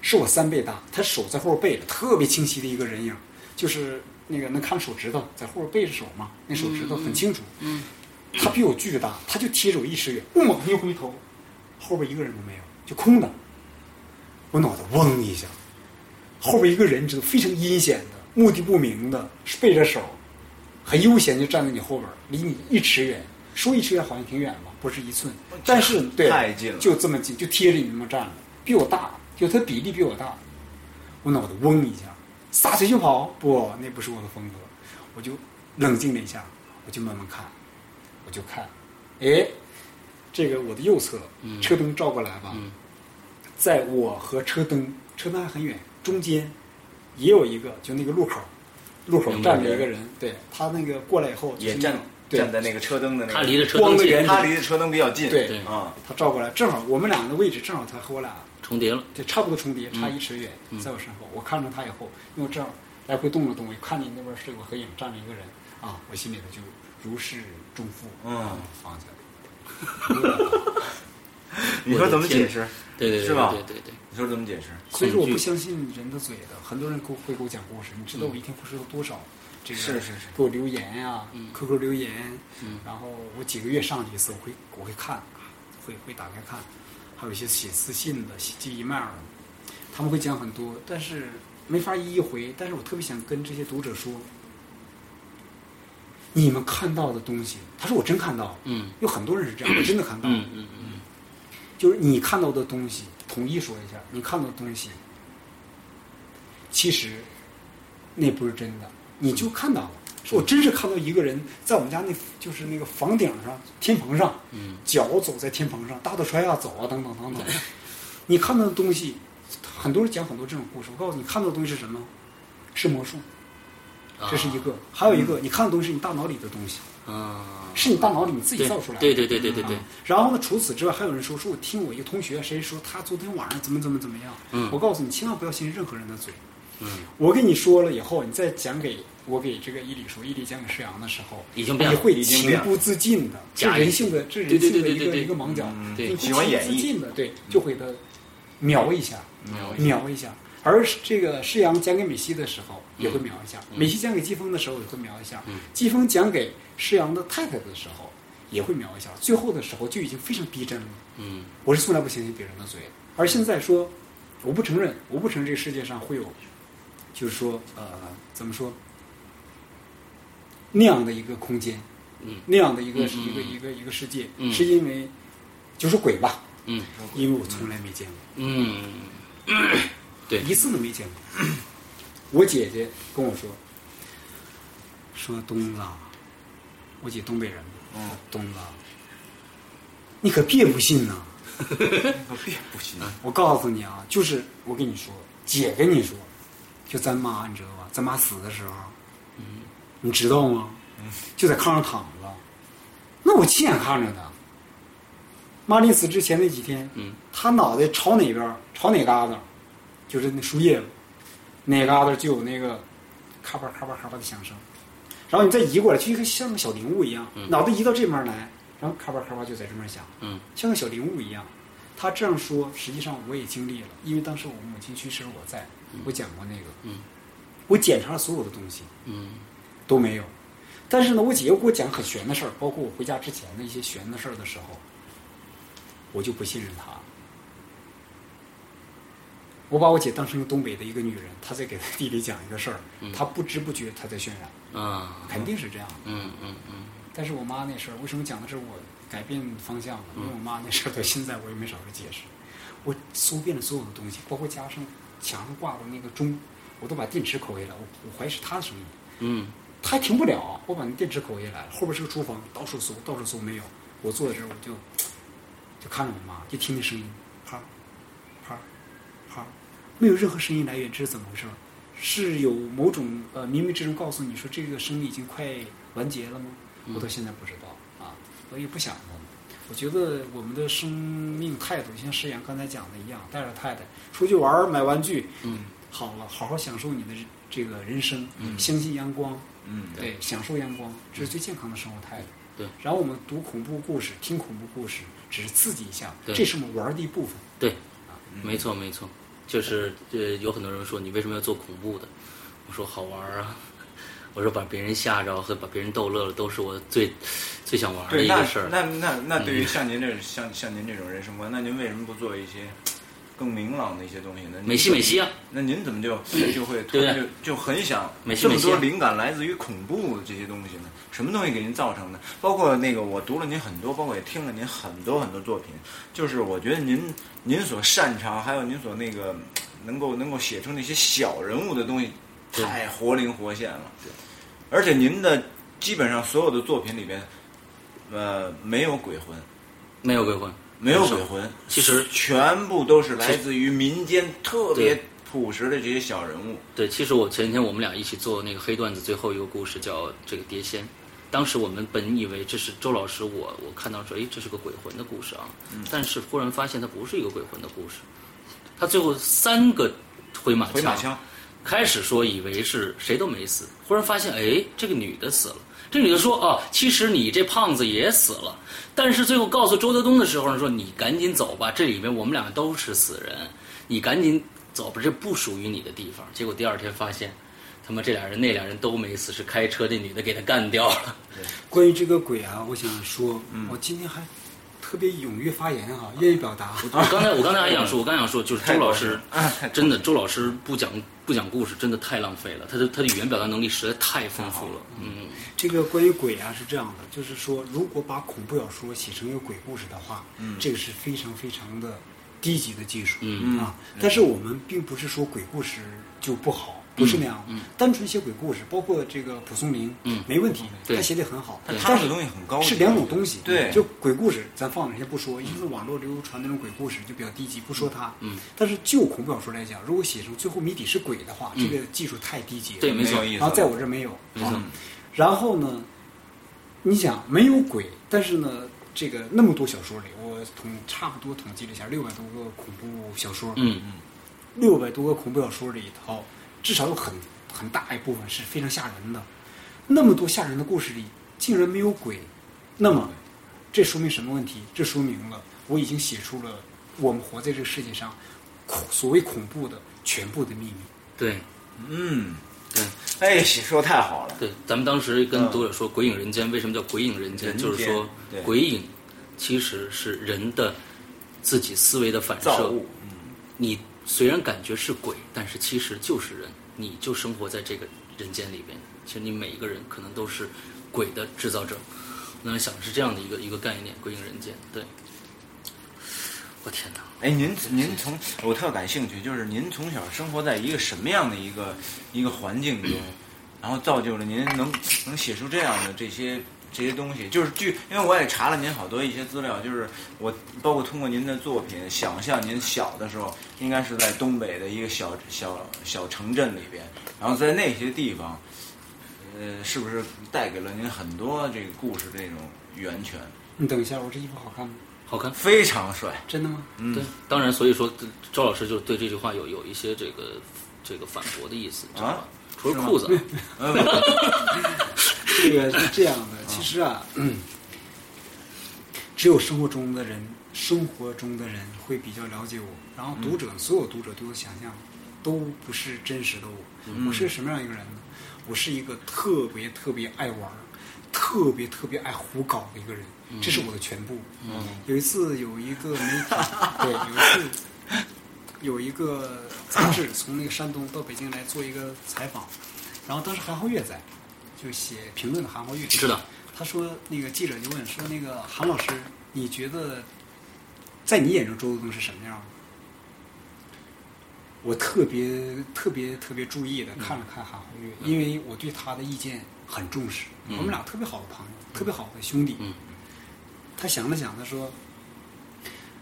S5: 是我三倍大，他手在后边背着，特别清晰的一个人影，就是那个能看手指头，在后边背着手嘛，那手指头很清楚。嗯，他比我巨大，他就贴着我一尺远，我猛一回头，后边一个人都没有，就空的。我脑袋嗡一下，后边一个人知道非常阴险的，目的不明的，背着手，很悠闲就站在你后边，离你一尺远。说一尺远好像挺远吧，不是一寸，但是对，
S4: 太近了
S5: 就这么近，就贴着你那么站着，比我大，就他比例比我大，我脑袋嗡一下，撒腿就跑，不，那不是我的风格，我就冷静了一下，我就慢慢看，我就看，哎，这个我的右侧，
S4: 嗯
S5: 车灯照过来吧，在我和车灯，车灯还很远，中间也有一个，就那个路口，路口站着一个人，对他那个过来以后就是
S4: 也
S5: 那
S4: 站
S5: 种对
S4: 站在那个车灯的那个，
S3: 他离着车
S5: 光
S3: 灯
S5: 的
S3: 近，
S5: 原
S4: 他离着车灯比较近，
S5: 对
S4: 啊，
S5: 他照过来，正好我们俩的位置正好他和我俩
S3: 重叠了。
S5: 对，差不多重叠，
S4: 嗯
S5: 差一尺远，在我身后。我看着他以后，因为我正好来回动了动，我看见那边是有个黑影站着一个人啊，我心里头就如释重负，
S4: 嗯，
S5: 放下了。
S4: 你说怎么解释？
S3: 对对对
S4: 是吧
S3: 对对对，
S4: 你说怎么解释？
S5: 所以说我
S3: 恐
S5: 不
S3: 惧嗯
S5: 相信人的嘴的，很多人给我会给我讲故事，你知道我一天会收到多少这个
S4: 是是是
S5: 给我留言呀、啊
S3: 嗯
S5: q q 留言，然后我几个月上去一次，我会我会看，会会打开看，还有一些写私信的、写寄 email 的，他们会讲很多，但是没法一一回。但是我特别想跟这些读者说，你们看到的东西，他说我真看到了，
S3: 嗯
S5: 有很多人是这样，我真的看到了，
S3: 嗯嗯嗯，
S5: 就是你看到的东西，统一说一下，你看到的东西，其实那不是真的，你就看到了。我真是看到一个人在我们家那，就是那个房顶上、天棚上，脚走在天棚上，大腿朝下走啊，等等等等。你看到的东西，很多人讲很多这种故事。我告诉你，看到的东西是什么？是魔术，
S3: 啊
S5: 这是一个。还有一个，你看到的东西是你大脑里的东西，
S3: 啊，
S5: 是你大脑里你自己造出来的。
S3: 对对对对对对对
S5: 啊，然后呢，除此之外，还有人说，说我听我一个同学谁说他昨天晚上怎么怎么怎么样。
S3: 嗯
S5: 我告诉你，千万不要信任何人的嘴。
S3: 嗯，
S5: 我跟你说了以后，你再讲给我给这个伊里说，伊里讲给施阳的时候，
S3: 已经
S5: 你
S3: 变了
S5: 会
S4: 已经
S5: 情
S4: 变了
S5: 不自禁的，这
S3: 假意
S5: 人性的，这
S3: 对
S5: 人
S3: 对
S5: 性的
S3: 对
S5: 一
S3: 对
S5: 个
S3: 对
S5: 一个盲角
S4: 嗯，
S5: 你
S3: 对
S5: 会
S4: 喜欢
S5: 情
S4: 演
S5: 不自
S4: 绎
S5: 禁的，对，就会的瞄一下，
S3: 秒一下
S5: 瞄一下。而这个施阳讲给美西的时候也会瞄一下，美西讲给季风的时候也会瞄一下，季风讲给施阳的太太的时候也会瞄一下，最后的时候就已经非常逼真了。
S3: 嗯
S5: 我是从来不相信别人的嘴的，而现在说，我不承认，我不承认这个世界上会有，就是说呃，怎么说，那样的一个空间，
S3: 嗯
S5: 那样的一个、
S3: 嗯
S5: 一个
S3: 嗯
S5: 一个一个世界，
S3: 嗯
S5: 是因为就是鬼吧，
S3: 嗯
S5: 因为我从来没见过。
S3: 嗯对
S5: 一次都没见过。 [CLEARS THROAT] 我姐姐跟我说，说东子啊，我姐东北人嘛，
S4: 嗯，
S5: 东子啊，你可别不信呐、
S4: 可别哎不信，
S5: 我告诉你啊，就是我跟你说，姐跟你说，就咱妈，你知道吧？咱妈死的时候，嗯你知道吗？
S3: 嗯
S5: 就在炕上躺着，那我亲眼看着的。妈临死之前那几天，
S3: 嗯
S5: 她脑袋朝哪边儿，朝哪嘎达，就是那树叶子，哪嘎达就有那个咔吧咔吧咔吧的响声。然后你再移过来，就一个像个小铃物一样，脑袋移到这面来，然后咔吧咔吧就在这面响。
S3: 嗯
S5: 像个小灵物一样。他这样说，实际上我也经历了，因为当时我母亲去世，我在，我讲过那个，
S3: 嗯
S5: 我检查了所有的东西
S3: 嗯
S5: 都没有，但是呢，我姐又给我讲很玄的事儿，包括我回家之前的一些玄的事儿的时候，我就不信任她了。我把我姐当成一个东北的一个女人，她在给她弟弟讲一个事儿，
S3: 嗯
S5: 她不知不觉她在渲染，
S3: 啊
S5: 肯定是这样的。
S3: 嗯嗯嗯
S5: 但是我妈那事儿，为什么讲的是我改变方向了？因为我妈那事儿到现在我也没少去解释。我搜遍了所有的东西，包括家上墙上挂的那个钟，我都把电池抠下来，我我怀疑是她的声音，
S3: 嗯
S5: 她还停不了，我把那电池抠下来了。后边是个厨房，到处搜，到处搜没有。我坐在这儿，我就就看着我妈，就听那声音，啪啪啪，没有任何声音来源，这是怎么回事儿？是有某种呃冥冥之中告诉你说这个生命已经快完结了吗？我到现在不知道啊，我也不想问。我觉得我们的生命态度，像诗阳刚才讲的一样，带着太太出去玩儿买玩具，嗯，好了，好好享受你的这个人生，嗯、相信阳光，
S4: 嗯，
S5: 对，享受阳光，这是最健康的生活态度。
S3: 对，
S5: 然后我们读恐怖故事，听恐怖故事，只是刺激一下，
S3: 对
S5: 这是我们玩儿的一部分。
S3: 对，
S4: 嗯
S3: 没错没错，就是呃，有很多人说你为什么要做恐怖的？我说好玩儿啊，我说把别人吓着和把别人逗乐了，都是我最最想玩儿的
S4: 对，
S3: 一
S4: 哎那
S3: 个事儿。嗯
S4: 那那那对于像您这像像您这种人生观，那您为什么不做一些更明朗的一些东西呢？
S3: 美西美西啊，
S4: 那您怎么就就会突
S3: 对不对
S4: 然就就很想
S3: 美西
S4: 这么
S3: 美西
S4: 多灵感来自于恐怖这些东西呢？什么东西给您造成的？包括那个我读了您很多，包括也听了您很多很多作品，就是我觉得您您所擅长，还有您所那个能够能够写出那些小人物的东西，
S3: 对
S4: 太活灵活现了。而且您的基本上所有的作品里边，呃，没有鬼魂，
S3: 没有鬼魂，
S4: 没有鬼魂，
S3: 其实
S4: 全部都是来自于民间特别
S3: 对
S4: 朴实的这些小人物。
S3: 对，其实我前几天我们俩一起做那个黑段子，最后一个故事叫这个碟仙。当时我们本以为这是周老师我，
S4: 嗯
S3: 我看到说，哎，这是个鬼魂的故事啊，但是忽然发现它不是一个鬼魂的故事，他最后三个回马
S4: 回马枪，
S3: 开始说以为是谁都没死，忽然发现，哎，这个女的死了。这女的说：“哦，其实你这胖子也死了。”但是最后告诉周德东的时候呢，说：“你赶紧走吧，这里面我们两个都是死人，你赶紧走吧，这不属于你的地方。”结果第二天发现，他妈这俩人那俩人都没死，是开车那女的给他干掉了。
S5: 关于这个鬼啊，我想说，
S3: 嗯
S5: 我今天还特别踊跃发言啊，愿意表达。
S3: 我刚才我刚才还想说，我刚想说就是周老师，真的周老师不讲不讲故事，真的太浪费了。他的他的语言表达能力实在太丰富了。嗯，
S5: 这个关于鬼啊是这样的，就是说，如果把恐怖小说写成一个鬼故事的话，这个是非常非常的低级的技术，
S3: 嗯
S5: 啊，但是我们并不是说鬼故事就不好，不是那样，单纯写鬼故事，包括这个蒲松龄，
S3: 嗯
S5: 没问题，
S3: 对
S5: 他写的很好，
S4: 但他
S5: 但
S4: 的
S5: 是
S4: 东西很高级
S5: 是两种东西，
S4: 对
S5: 就鬼故事咱放那先不说，一是网络流传那种鬼故事就比较低级，不说它，嗯，但是就恐怖小说来讲，如果写成最后谜底是鬼的话，这个技术太低级了，
S3: 对没错
S4: 有意思。
S5: 啊然后在我这儿没有，
S3: 没错
S5: 啊然后呢，你想没有鬼，但是呢，这个那么多小说里，我统差不多统计了一下，六百多个恐怖小说，
S3: 嗯，
S5: 六百多个恐怖小说里头，至少有很很大一部分是非常吓人的。那么多吓人的故事里，竟然没有鬼，那么这说明什么问题？这说明了我已经写出了我们活在这个世界上恐所谓恐怖的全部的秘密。
S3: 对
S4: 嗯，
S3: 对。
S4: 哎，说太好了，
S3: 对，咱们当时跟
S4: 嗯
S3: 读者说《鬼影人间》为什么叫《鬼影人间》，
S4: 人间
S3: 就是说
S4: 对
S3: 鬼影其实是人的自己思维的反
S4: 造
S3: 射。
S4: 物，嗯，
S3: 你虽然感觉是鬼，但是其实就是人，你就生活在这个人间里边。其实你每一个人可能都是鬼的制造者。我当时想的是这样的一个一个概念，《鬼影人间》。对，我天哪！
S4: 哎，您您从我特感兴趣，就是您从小生活在一个什么样的一个一个环境中，然后造就了您能能写出这样的这些这些东西？就是据，因为我也查了您好多一些资料，就是我包括通过您的作品，想象您小的时候应该是在东北的一个小小小城镇里边，然后在那些地方，呃，是不是带给了您很多这个故事这种源泉？
S5: 你等一下，我这衣服好看吗？
S3: 好看。
S4: 非常帅，
S5: 真的吗？
S4: 嗯
S3: 对，当然，所以说周老师就对这句话有有一些这个这个反驳的意思，知道吧
S4: 啊？
S3: 除了裤子
S4: [LAUGHS]
S3: 啊。
S5: 这个是这样的，其实啊，嗯，只有生活中的人，生活中的人会比较了解我，然后读者、所有读者对我想象都不是真实的我。我是什么样一个人呢？我是一个特别特别爱玩儿。特别特别爱胡搞的一个人，这是我的全部。有一次有一个媒体，对，有一次有一个杂
S3: [COUGHS]
S5: 志从那个山东到北京来做一个采访，然后当时韩浩月在，就写评论的韩浩月。
S3: 是的。
S5: 他说那个记者就问说那个韩老师，你觉得在你眼中周泽东是什么样的？我特别特别特别注意的
S3: 嗯
S5: 看了看韩浩月，因为我对他的意见很重视。我们俩特别好的朋友，特别好的兄弟。
S3: 嗯
S5: 他想了想，他说：“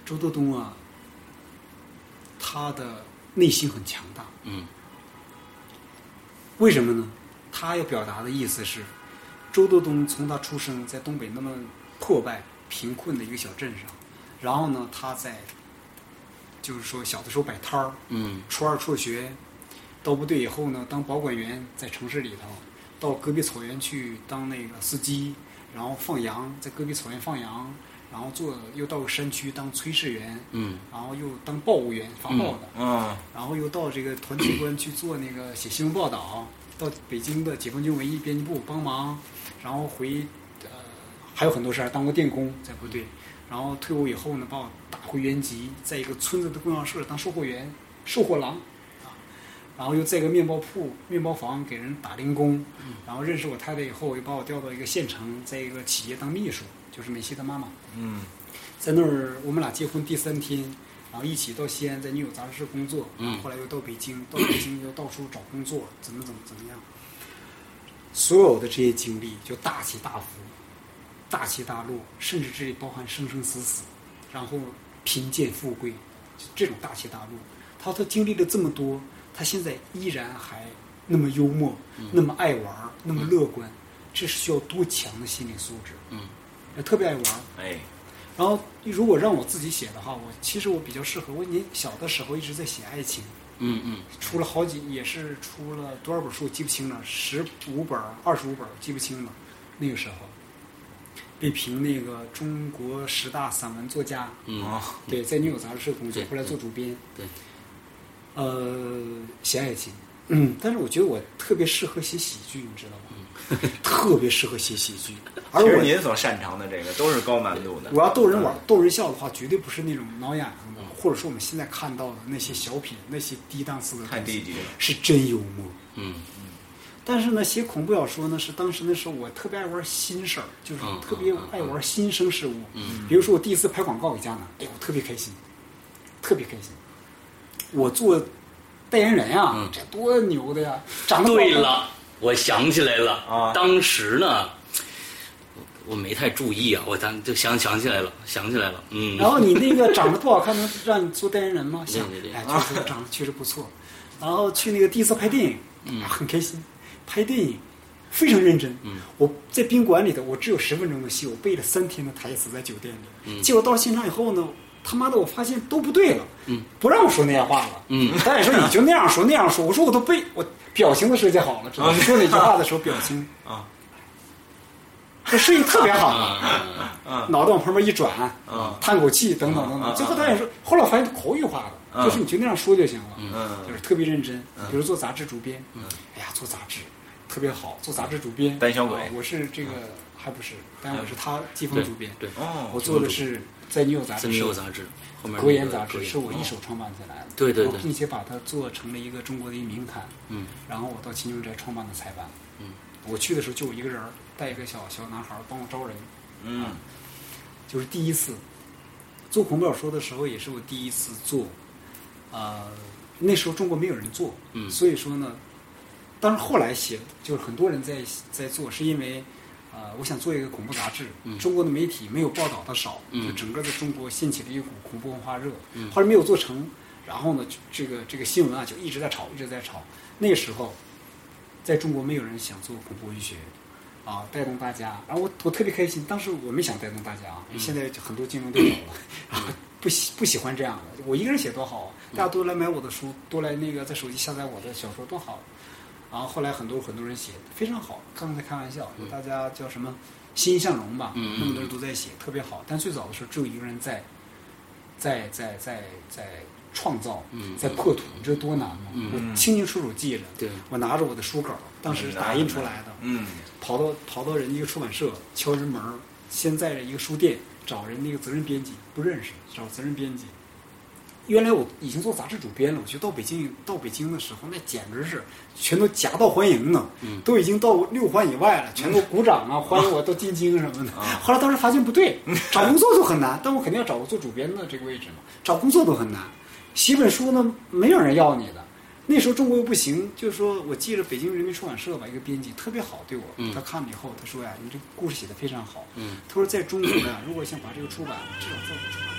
S5: 周德东啊，他的内心很强大，
S3: 嗯
S5: 为什么呢？他要表达的意思是，周德东从他出生在东北那么破败、贫困的一个小镇上，然后呢，他在就是说小的时候摆摊儿，
S3: 嗯
S5: 初二辍学，到部队以后呢，当保管员在城市里头，到戈壁草原去当那个司机，然后放羊，在戈壁草原放羊，然后做又到山区当炊事员，
S3: 嗯
S5: 然后又当报务员发报的，
S4: 嗯，
S5: 然后又到这个团机关去做那个写新闻报道， [CLEARS THROAT] 到北京的解放军文艺编辑部帮忙，然后回呃还有很多事儿，当过电工在部队，然后退伍以后呢，把我打回原籍，在一个村子的供销社当售货员、售货郎。啊，然后又在一个面包铺、面包房给人打零工，然后认识我太太以后，又把我调到一个县城，在一个企业当秘书，就是美西的妈妈。
S4: 嗯，
S5: 在那儿我们俩结婚第三天，然后一起到西安，在女友杂志社工作，
S3: 嗯
S5: 然后后来又到北京，到北京又到处找工作，怎么怎么怎么样，所有的这些经历就大起大伏，大起大落，甚至这里包含生生死死，然后贫贱富贵，就这种大起大落。他他经历了这么多，他现在依然还那么幽默，
S3: 嗯
S5: 那么爱玩儿，那么乐观，这是需要多强的心理素质？
S3: 嗯，
S5: 特别爱玩儿，
S4: 哎，
S5: 然后如果让我自己写的话，我其实我比较适合我年小的时候一直在写爱情，
S3: 嗯嗯，
S5: 出了好几，也是出了多少本书记不清了，十五本、二十五本记不清了。那个时候被评那个中国十大散文作家，
S3: 嗯，
S4: 啊，
S5: 对，在《女友》杂志社工作
S3: 对，
S5: 后来做主编。
S3: 对，
S5: 呃，写爱情， [CLEARS THROAT] 嗯，但是我觉得我特别适合写喜剧，你知道吗？ [LAUGHS] 特别适合写喜剧，而
S4: 其实
S5: 我
S4: 您所擅长的这个都是高难度的。嗯
S5: 我要逗人玩、逗人笑的话，绝对不是那种挠痒痒的，或者说我们现在看到的那些小品、那些低档次的东西
S4: 太低级了，
S5: 是真幽默。
S3: 嗯
S5: 但是呢，写恐怖小说呢，是当时那时候我特别爱玩新事儿，就是
S3: 嗯
S5: 特别爱玩新生事物。比如说我第一次拍广告给佳楠，哎呦，我特别开心，特别开心。我做代言人啊，
S3: 嗯
S5: 这多牛的呀！长得
S3: 对
S5: 好看
S3: 了，我想起来了，
S4: 啊
S3: 当时呢，我我没太注意啊，我当就想想起来了，想起来了， [LAUGHS] 嗯，
S5: 然后你那个长得不好看，能让你做代言人吗？想
S3: 对对对，
S5: 哎，确实长得确实不错。然后去那个第一次拍电影，
S3: 嗯
S5: 啊很开心，拍电影非常认真。我在宾馆里头，我只有十分钟的戏，我背了三天的台词在酒店
S3: 嗯
S5: 里。结果到了现场以后呢，他妈的，我发现都不对了，不让我说那样话了。
S3: 嗯
S5: 导演说你就那样说那样说，我说我都背，我表情都设计好了，
S3: [LAUGHS]
S5: 知道吗？说哪句话的时候表情
S4: 啊，
S5: 这设计特别好。嗯
S3: 啊，
S5: 脑袋往旁边一转，
S4: 嗯
S5: 叹口气，等等等
S4: 嗯嗯
S5: 等。最后导演说，后来我发现口语化的，
S4: 嗯
S5: 就是你就那样说就行了，
S4: 嗯
S5: 就是特别认真。比如做杂志主编，哎呀，做杂志特别好，做杂志主编。
S4: 胆小鬼嗯
S5: 啊我是这个还不是，但我是他季风主编。
S3: 对，
S4: 哦，
S5: 我做的是在《女友》杂
S3: 自
S5: 志
S3: 没
S5: 社
S3: 有》杂志后面
S5: 格言
S3: 那个
S5: 杂
S3: 格
S5: 志，
S3: 言嗯
S5: 是我一手创办起来的。
S3: 对对对
S5: 然后并且把它做成了一个中国的一名刊。
S3: 嗯，
S5: 然后我到秦牛斋创办的采办。
S3: 嗯，
S5: 我去的时候就我一个人儿，带一个小小男孩儿帮我招人。啊
S4: 嗯
S5: 就是第一次做恐怖小说的时候，也是我第一次做。呃，那时候中国没有人做，
S3: 嗯
S5: 所以说呢，当然后来写，就是很多人在在做，是因为呃，我想做一个恐怖杂志，
S3: 嗯
S5: 中国的媒体没有报道的少，
S3: 嗯
S5: 就整个在中国掀起了一股恐怖文化热，后来没有做成，然后呢，就这个这个新闻啊就一直在炒，一直在炒。那个时候，在中国没有人想做恐怖文学。啊，带动大家，然后我我特别开心。当时我没想带动大家啊，现
S3: 嗯
S5: 在就很多竞争对手了，然后不喜不喜欢这样的。我一个人写多好啊，
S3: 嗯
S5: 大家都来买我的书，都来那个在手机下载我的小说，多好。啊然后后来很多很多人写非常好，刚才开玩笑，大家叫什么欣欣向荣吧，
S3: 嗯嗯嗯
S5: 那么多人都在写，特别好。但最早的时候只有一个人在，在在在在创造，
S3: 嗯
S5: 在破土，你知道多难吗？
S3: 嗯
S5: 我清清楚楚记着，
S3: 对
S5: 我拿着我的书稿，当时打印出来的，
S4: 嗯
S5: 跑到跑到人家一个出版社敲人门儿，先在一个书店找人那个责任编辑，不认识，找责任编辑。原来我已经做杂志主编了，我觉得到北京到北京的时候，那简直是全都夹道欢迎呢，
S3: 嗯
S5: 都已经到六环以外了，全都鼓掌
S3: [LAUGHS]
S5: 啊，欢迎我到进京什么的。
S3: 啊
S5: 后来当时发现不对，找工作就很难，但我肯定要找个做主编的这个位置嘛，找工作都很难。写本书呢，没有人要你的。那时候中国又不行，就是说我记着北京人民出版社吧，一个编辑特别好对我，
S3: 嗯
S5: 他看了以后，他说呀，你这故事写的非常好，
S3: 嗯
S5: 他说在中国呀，如果想把这个出版，至少在我出版。